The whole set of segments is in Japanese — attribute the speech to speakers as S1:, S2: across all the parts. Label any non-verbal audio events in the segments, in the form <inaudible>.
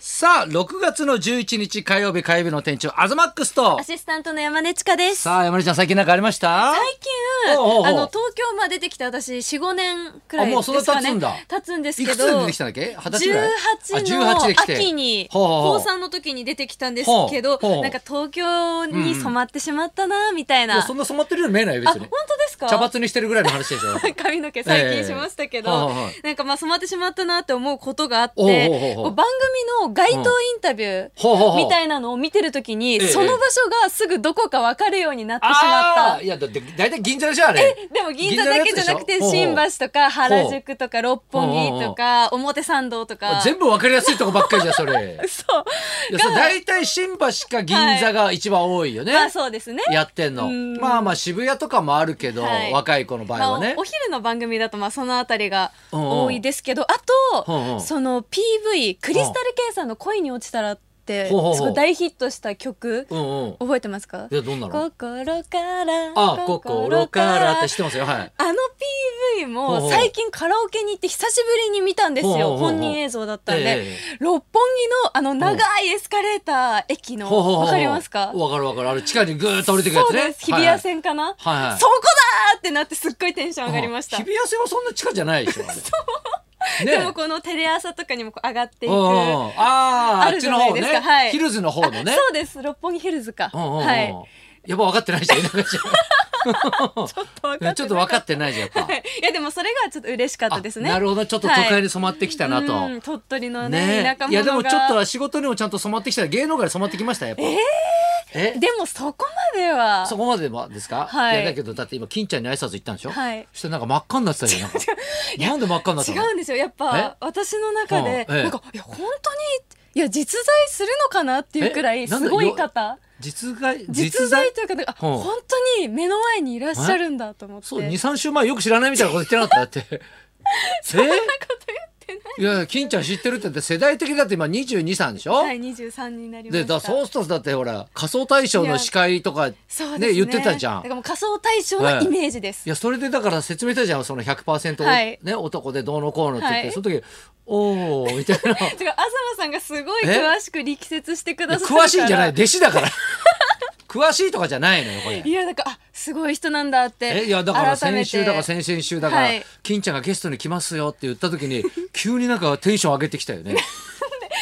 S1: さあ、6月の11日火曜日火曜日の店長、アズマックスと
S2: ア。シスタントの山根千佳です。
S1: さあ、山根ちゃん、最近なんかありました
S2: 最近、
S1: おうおうおう
S2: あの東京まあ出てきて私四五年くらい
S1: あも
S2: で
S1: うそんな
S2: すか
S1: 経つん
S2: ね
S1: だ。
S2: 経つんです
S1: い
S2: け
S1: くつ
S2: ど。
S1: で出てきたんだっけ二十歳
S2: 十
S1: ぐらいあ
S2: 八
S1: 18で
S2: の
S1: 来て
S2: 秋に
S1: ほうほうほう
S2: 高三の時に出てきたんですけ
S1: ほう
S2: ど
S1: ほうほう
S2: なんか東京に染まってしまったなみたい
S1: い
S2: な
S1: やそんな染まってるように見えないよ、
S2: あ
S1: 別
S2: 本当
S1: に
S2: で。すか
S1: 茶髪にしてるぐらいの話でし
S2: <laughs>
S1: ょ。
S2: 髪の毛最近しましたけど、
S1: ええはいはいはい
S2: なんかまあ染まってしまったなって思うことがあって
S1: おうおうおうおう
S2: こう番組の街頭インタビュ
S1: ほうほう
S2: ー
S1: ほう
S2: みたいなのを見てる時に、
S1: ええ
S2: その場所がすぐどこか分かるようになってしまった
S1: あー。いや、だって、大体銀座でしょ、あれ。
S2: <laughs> でも銀座だけじゃなくて
S1: 銀座のやつでしょ
S2: 新橋とか原宿とか六本木とか表参道とか
S1: 全部分かりやすいとこばっかりじゃん、それ。
S2: そう
S1: いや、それ大体新橋か銀座が一番多いよね。
S2: まあそうですね
S1: やってんの。
S2: うん
S1: まあまあ、渋谷とかもあるけど、
S2: はい
S1: 若い子の場合は
S2: まあ
S1: ね
S2: おお。昼の番組だとまあそのあたりが多いですけどあと、
S1: うんうん
S2: その PV クリスタル・ケイさんの「恋に落ちたら」ってす
S1: ほうほうほう
S2: ごい大ヒットした曲
S1: うんうん。
S2: 覚えてますか
S1: いや、どんなの
S2: 心から
S1: あ、心からって知ってますよ。はい。
S2: あの PV
S1: ほうほ
S2: も
S1: う
S2: 最近カラオケに行って久しぶりに見たんです
S1: ほうほ
S2: よ
S1: うほうほう
S2: 本人映像だったんで、
S1: ええ
S2: 六本木のあの長いエスカレーター駅の
S1: ほうほうほう
S2: わかりますか
S1: わかるわかる。あれ、地下にぐーっと降りてくや
S2: そ
S1: つ
S2: う
S1: ね。
S2: です日比谷線かな、
S1: はいはいはいはい
S2: そこだーってなってすっごいテンション上がりました、
S1: うん日比谷線はそんな地下じゃないでしょ。あれね
S2: でもこのテレ朝とかにもこう上がっていく、
S1: うんうんうんあーあ
S2: あ
S1: っ
S2: る
S1: ち
S2: じ
S1: の
S2: ゃない
S1: 方
S2: で
S1: ね
S2: すかはい
S1: ヒルズの方のね
S2: そうです六本木ヒルズか、
S1: うんうんうん
S2: はい
S1: やっぱ分かってないじゃん田舎じ
S2: <laughs> ちょっと分
S1: ゃ
S2: かっ
S1: んち
S2: て
S1: ょっと
S2: な
S1: 分
S2: か
S1: か
S2: っ
S1: ってないじゃんやっぱ
S2: たはいいやでも <laughs> それがちょっと嬉しかったですね
S1: あなるほどちょっと都会に染まってきたなと、
S2: うん鳥取のね
S1: ね
S2: 田舎者が
S1: いやでもちょっとは仕事にもちゃんと染まってきたら芸能界に染まってきましたやっぱええ
S2: でもそこまでは
S1: そこまでもですか、
S2: はい
S1: やだけどだって今金ちゃんに挨拶行ったんでしょ、
S2: はい
S1: そしてなんか真っ赤になってたじゃんなんかなんで真っ赤になった
S2: 違
S1: の
S2: うんですよやっぱ私の中で、
S1: うんええ
S2: なんかいや本当にいや実在するのかなっていうくら
S1: え
S2: い
S1: なん
S2: す
S1: だ
S2: ごい方
S1: 実在
S2: 実在というかなんかあ
S1: うん
S2: 本当に目の前にいらっしゃるんだと思って
S1: そう
S2: そんなこ
S1: 23週前よく知らないみたいなこと言ってなかっただ
S2: <laughs>
S1: ってえ
S2: と言ってない
S1: いや金ちゃん知ってるってだって世代的にだって今22歳でしょ、
S2: はい23になりまし
S1: で
S2: た
S1: だそうするとだってほら仮想大賞の司会とかね
S2: そうですね
S1: 言ってたじゃ
S2: だ
S1: ん
S2: からもう仮想対象のイメージです、
S1: いやそれでだから説明したじゃんその100%、
S2: はい
S1: ね、男でどうのこうのって言って、
S2: はい
S1: その時「おお」みたいない
S2: 違う東さんがすごい詳しく力説してく
S1: や
S2: ださって
S1: 詳しいんじゃない弟子だから詳しいとかじゃないのよこれ
S2: い。やなんかあすごい人なんだって
S1: えいやだから
S2: 改め
S1: 先
S2: て
S1: 週だから先々週だから、
S2: はい
S1: 金ちゃんがゲストに来ますよって言った時
S2: <laughs>
S1: に急になんかテンション上げてきたよね。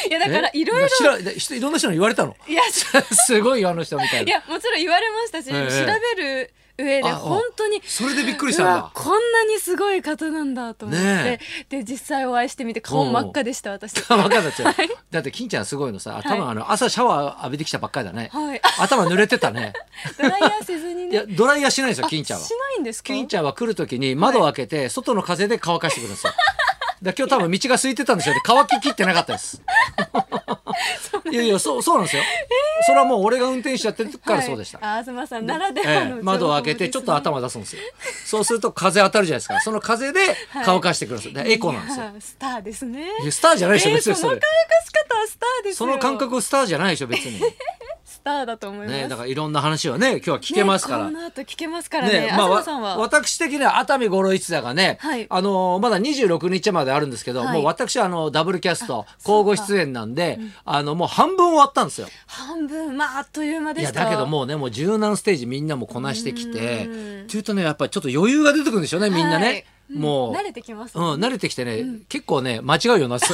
S2: いやだから
S1: え
S2: いろいろ
S1: 知らひといろんな人に言われたの <laughs>
S2: いや
S1: すごいよあの人みたい
S2: い
S1: な。
S2: やもちろん言われましたし、
S1: ええ
S2: 調べる上で
S1: ああ
S2: 本当に
S1: それでびっくりし
S2: う
S1: たんだ
S2: わ。こんなにすごい方なんだと思って、
S1: ね
S2: で実際お会いしてみて顔真っ赤でした私
S1: <laughs> 若かったちゃんだって金ちゃんすごいのさ頭あの朝シャワー浴びてきたばっかりだね、
S2: はい
S1: 頭濡れてた
S2: <laughs>
S1: ね
S2: ドライヤーせず
S1: <laughs>
S2: に
S1: いや
S2: ね
S1: ドライヤーしないんですよ
S2: あ
S1: 金ちゃんは
S2: しないんですか
S1: 金ちゃんは来る時に窓を開けて外の風で乾かしてくるんですよだから今日多分道が空いてたんでしょうね乾ききってなかったです
S2: <laughs>
S1: いやいやそうそうなんですよ、それはもう俺が運転しちゃってる時からそうでした、
S2: はい、あ東さんならではの情
S1: え
S2: 報ですね、
S1: え、窓を開けてちょっと頭出すんですよそうすると風当たるじゃないですかその風で乾かしてくるんですよ、だからエコなんですよ
S2: いやスターですね
S1: いやスターじゃないでしょ
S2: えー
S1: 別に
S2: その
S1: そ
S2: 乾
S1: れ
S2: かし方はスターですよ
S1: その感覚スターじゃないでしょ別に
S2: スターだと思います、
S1: ね、だからいろんな話はね今日は聞けますか
S2: ね
S1: ら。
S2: こ
S1: ね
S2: の後聞けますからね
S1: まあ
S2: 東さん
S1: わ
S2: は
S1: 私的には熱海五郎一座がね、
S2: はい
S1: あのーまだ26日まであるんですけど、
S2: はい
S1: もう私はあのダブルキャスト交互出演なんで、あのもう半分終わったんですよ。
S2: 半分まああっという間
S1: い
S2: で
S1: や
S2: した
S1: だけどもうねもう柔軟ステージみんなもこなしてきて
S2: うん
S1: というとねやっぱりちょっと余裕が出てくるんでしょうねみんなね、
S2: はいん
S1: もう
S2: 慣れてきます
S1: うん、慣れてきてね、結構ね、間違うようになってた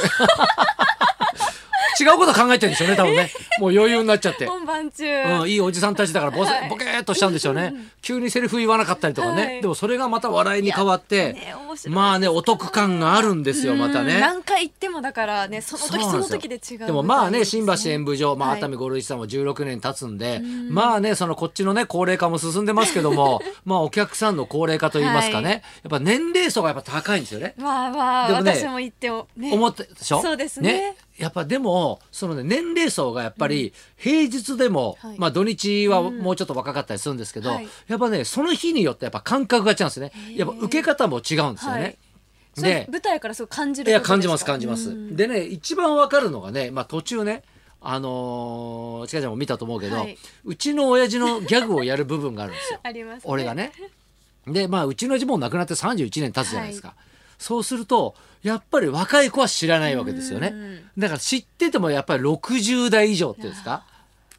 S1: <laughs> 違うこと考えてるんでしょうね、多
S2: <laughs>
S1: 分ね。もう余裕になっちゃって。
S2: 本番中、
S1: うん、いいおじさんたちだからボ,、
S2: はい
S1: ボケーっとしたんでしょうね。急にセリフ言わなかったりとかね。
S2: はい
S1: でもそれがまた笑いに変わって、
S2: いやね面白いですね
S1: まあね、お得感があるんですよ、また
S2: うん
S1: ね。
S2: 何回行ってもだからねその時そ
S1: なん
S2: の
S1: ですよ
S2: 時で違う
S1: でもまあね新橋
S2: 演
S1: 演舞場、まあ、
S2: はい
S1: 熱海五郎一さんも16年経つんで、まあねそのこっちのね高齢化も進んでますけどもまあお客さんの高齢化といいますかね、
S2: は
S1: やっぱ年齢層がやっぱ高いんですよね。
S2: まあまあ、
S1: でもね
S2: 私も行ってもね
S1: 思ったでしょ
S2: そうですね
S1: やっぱでもその、ね、年齢層がやっぱり平日でも、
S2: はい
S1: まあ、土日はもうちょっと若かったりするんですけど、
S2: はい
S1: やっぱねその日によってやっぱ感覚が違うんですねやっぱ受け方も違うんですよね。
S2: はいそれ
S1: で
S2: 舞台からすごい感じる
S1: いや
S2: こと
S1: 感
S2: です
S1: じ
S2: か
S1: ます感じま
S2: う
S1: す。
S2: ん
S1: でね一番わかるのがね、まあ、途中ねあのー、ちかちゃんも見たと思うけど、
S2: はいう
S1: ちの親父のギャグをやる部
S2: <laughs>
S1: 分があるんですよ
S2: ありますね
S1: 俺がね。でまあうちの親父もう亡くなって31年経つじゃないですか。そうするとやっぱり若い子は知らないわけですよね
S2: うん
S1: だから知っててもやっぱり60代以上っていうんですか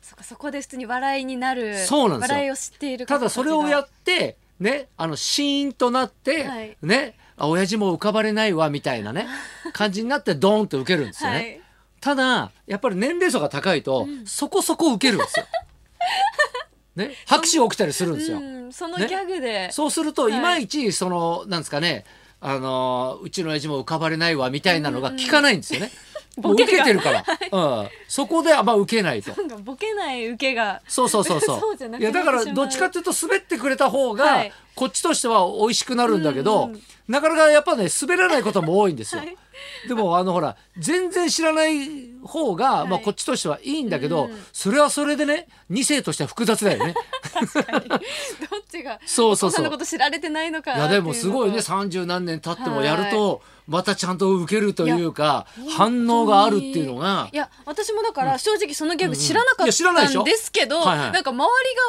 S2: そっかそこで普通に笑いになる
S1: そうなんですよ
S2: 笑いを知っている
S1: ただそれをや
S2: っ
S1: ってねあのシーンとなって、
S2: はい
S1: ねあ親父も浮かばれないわみたいな
S2: <laughs>
S1: ね感じになってドーンと受けるんですよね、
S2: はい、
S1: ただやっぱり年齢層が高いと、そこそこ受けるん
S2: <laughs>
S1: ですよね拍手起きたりするんですよ、
S2: うん、そのギ
S1: ね
S2: ャグで、
S1: そうすると、
S2: はい
S1: い、まいちそのなんですかねあのーうちの親父も浮かばれないわみたいなのが聞かないんですよ
S2: <laughs>
S1: ね。
S2: うんうん
S1: もう受けてるから、うん、そこであんま受けないと。
S2: なんかボケない受けが
S1: そうそうそうそう。
S2: <laughs> そうじゃなく
S1: い
S2: なっ
S1: や
S2: てしま
S1: だ
S2: う
S1: からどっちかっていうと滑ってくれた方が、
S2: はい
S1: こっちとしては美味しくなるんだけど、
S2: うんうん
S1: なかなかやっぱね滑らないことも多いんですよ。
S2: はい
S1: でもあのほら全然知らない方が、
S2: はい
S1: まあこっちとしてはいいんだけど、
S2: うん
S1: それはそれでね2世としては複雑だ
S2: <laughs>
S1: よね。
S2: どっちが
S1: そうそう
S2: お父さ
S1: そ
S2: んの
S1: う
S2: こと知られてないのか
S1: い
S2: な
S1: や
S2: って
S1: で
S2: いうの
S1: も
S2: と
S1: すごいね30何年経ってもやるとまたちゃんと受けるというか
S2: いや
S1: 反応があるっていうのが
S2: いや私もだから正直そのギャグ知らなか
S1: うんい
S2: っ
S1: や知らないでしたょ
S2: んですけど、
S1: はいはい
S2: なんか周り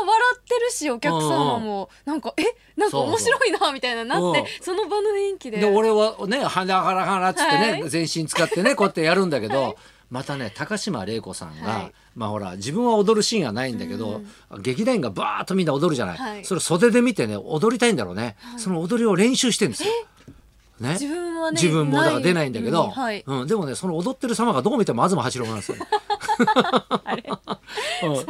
S2: が笑ってるしお客様もなんかえなんか面白いなみたいななってその場の雰囲気で
S1: で俺はね「はらはらはら」っつってね、
S2: はい
S1: 全身使ってねこうやってやるんだけど、またね高島玲子さんが、
S2: はい
S1: まあほら自分は踊るシーンはないんだけど、劇団員がバーッとみんな踊るじゃない、
S2: はい
S1: それ袖で見てね踊りたいんだろうね、その踊りを練習してんですよ。ね、
S2: 自分はね
S1: 自分もだから出ないんだけど、
S2: うんはい
S1: うん、でもねその踊ってる様がどう見ても東八郎なんです
S2: <laughs>
S1: よね。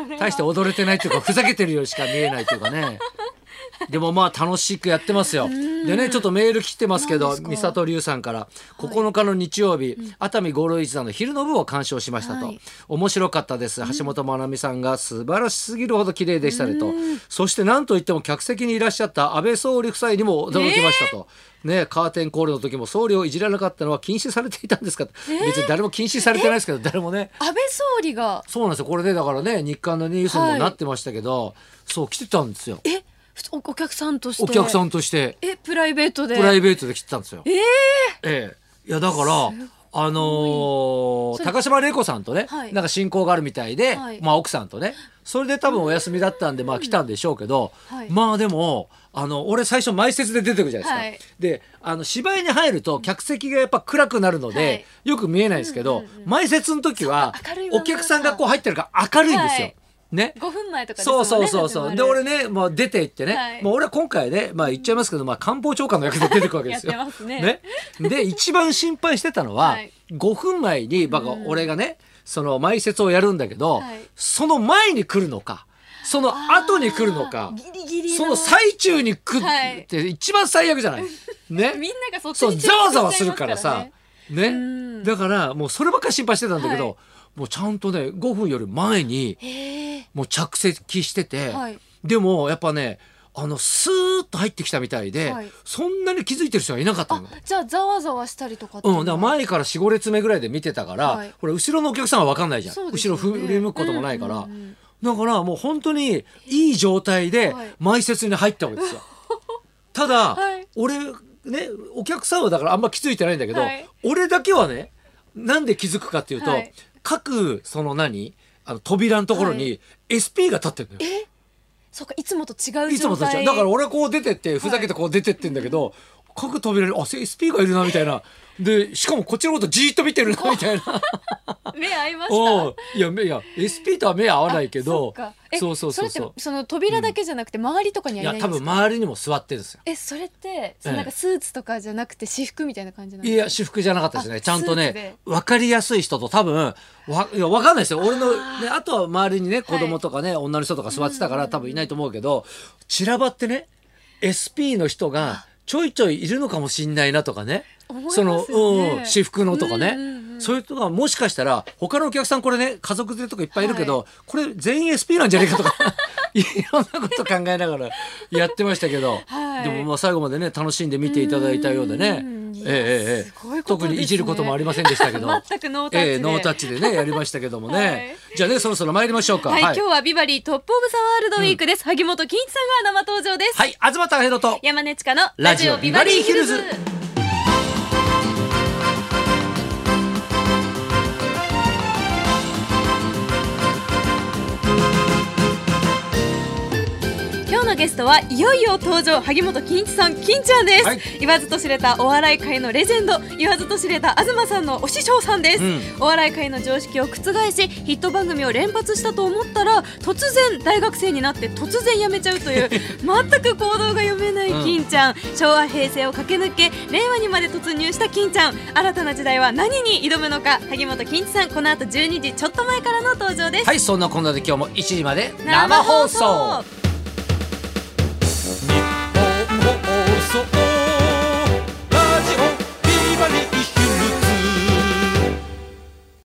S1: うん、大して踊れてないというかふざけてるようにしか見えないというかね。でもまあ楽しくやってますよ。でねちょっとメール来てますけ
S2: 何
S1: ど
S2: ですか
S1: 美里龍さんから9日の日曜日、熱海五郎一座の昼の部を鑑賞しましたと、
S2: はい
S1: 面白かったです橋本まなみさんが素晴らしすぎるほど綺麗でしたねと、そして何といっても客席にいらっしゃった安倍総理夫妻にも驚きましたと、ねカーテンコールの時も総理をいじらなかったのは禁止されていたんですか、別に誰も禁止されてないですけど誰もね
S2: 安倍総理が
S1: そうなんですよこれでだからね日刊のニュースにもなってましたけど、そう来てたんですよ
S2: えふつおお客さんとして
S1: お客さ
S2: ん
S1: んとして
S2: えプライベートで
S1: プライベートで来てたんですよ。
S2: えー
S1: ええ、いやだからあのー
S2: それ
S1: 高島玲子さんとね、
S2: はい
S1: なんか親交があるみたいで、
S2: はい
S1: まあ、奥さんとねそれで多分お休みだったんで、まあ、来たんでしょうけど、
S2: はい
S1: まあでもあの俺最初前説で出てくるじゃないですか。であの芝居に入ると客席がやっぱ暗くなるので、
S2: はい
S1: よく見えないですけど、
S2: うんうんうん
S1: 前説の時は
S2: そうか明るいま
S1: お
S2: ま
S1: 客さんがこう入ってるから明るいんですよ。
S2: はい
S1: ね、
S2: 5分前とかですもん
S1: そう
S2: ね
S1: そうそうそう。で、俺ね、もう出て行ってね、
S2: はい
S1: もう俺は今回ね、まあ言っちゃいますけど、まあ官房長官の役で出てくるわけですよ。
S2: <laughs> やってますね
S1: で、一番心配してたのは、
S2: はい
S1: 5分前に、バカ、
S2: うん
S1: 俺がね、その前説をやるんだけど、
S2: はい
S1: その前に来るのか、その後に来るの
S2: あ
S1: か
S2: ー、ギリギリ
S1: その最中に来る
S2: はい
S1: って一番最悪じゃない。ね。
S2: <laughs> みんながそっち
S1: そう
S2: に
S1: ざわざわするからさね
S2: うん
S1: だからもうそればっかり心配してたんだけど、
S2: は
S1: もうちゃんとね5分より前に
S2: ええ
S1: もう着席してて、
S2: はい
S1: でもやっぱねあのスーッと入ってきたみたいで、
S2: はい
S1: そんなに気づいてる人はいなかった
S2: あ
S1: の。
S2: じゃあざわざわしたりとかってい
S1: うん、
S2: の
S1: だ
S2: は
S1: から前から45列目ぐらいで見てたから、
S2: はい
S1: ほら後ろのお客さんは分かんないじゃん、
S2: そうです
S1: 後
S2: よ
S1: ろ
S2: ね
S1: 振り向くこともないから、
S2: うんうんうん
S1: だからもう本当にいい状態で
S2: はい
S1: 前説に入ったわけです
S2: <laughs>
S1: よ。ただ、
S2: はい
S1: 俺ねお客さんはだからあんま気づいてないんだけど、
S2: はい
S1: 俺だけはねなんで気づくかっていうと、
S2: はい
S1: 各その何あの扉のところ
S2: は
S1: に SP が立ってるのよ。
S2: そうかいつもと違う
S1: いつも
S2: 状
S1: と違
S2: 態
S1: うだから俺こう出てってふざけてこう出てってんだけど、各扉にあ SP がいるなみたいなでしかもこっちのことじーっと見てるなみた
S2: <laughs>
S1: いな
S2: <laughs> 目合いました
S1: おういや目いや SP とは目合わないけ
S2: そ
S1: ど
S2: っかえ
S1: そうそうそうそう
S2: れってその扉だけじゃなくて周りとかに
S1: い
S2: はい
S1: や
S2: ないん
S1: 多
S2: で
S1: 分
S2: すか、
S1: 周りにも座ってるんですよ
S2: えそれってその
S1: ええ
S2: なんかスーツとかじゃなくて私服みたいな感じなん
S1: い
S2: ですか
S1: や私服じゃなかったです
S2: あ
S1: ねちゃんと
S2: スーツで
S1: ね分かりやすい人と多分わいや分かんないですよ俺のねあとは周りにね子供とかね、女の人とか座ってたから多分いないと思うけど散らばってね SP の人がちょいちょいいるのかもしんないなとかね
S2: 思います
S1: そ
S2: よ
S1: の、
S2: ね
S1: うん、私服のとかね、
S2: うんうんうん
S1: それとかもしかしたら他のお客さんこれね家族連れとかいっぱいいるけど、これ全員 SP なんじゃないかとかいろんなこと考えながらやってましたけど、
S2: はい
S1: でもまあ最後までね楽しんで見ていただいたようでね
S2: うんいや
S1: ええええ
S2: すごいこと
S1: 特にいじることもありませんでしたけど
S2: 全くノータッチで
S1: ええノータッチで
S2: <laughs>
S1: ねやりましたけどもね、
S2: はい
S1: じゃあねそろそろ参りましょうか
S2: はい、今日はビバリートップオブザワールドウィークです、萩本欽一さんが生登場です、
S1: はい、東隆弘と
S2: 山根千佳のラジオビバリーヒルズ
S1: ラジオビバリーヒル
S2: 今日のゲストはいよいよ登場萩本欽一さん欽ちゃんです、
S1: はい
S2: 言わずと知れたお笑い界のレジェンド言わずと知れた東さんのお師匠さんです、
S1: うん
S2: お笑い界の常識を覆しヒット番組を連発したと思ったら突然大学生になって突然辞めちゃうという
S1: <laughs>
S2: 全く行動が読めない金ちゃん、昭和平成を駆け抜け令和にまで突入した金ちゃん新たな時代は何に挑むのか萩本欽一さんこの後12時ちょっと前からの登場です、
S1: はいそんなこんなで今日も1時まで生放送
S2: 送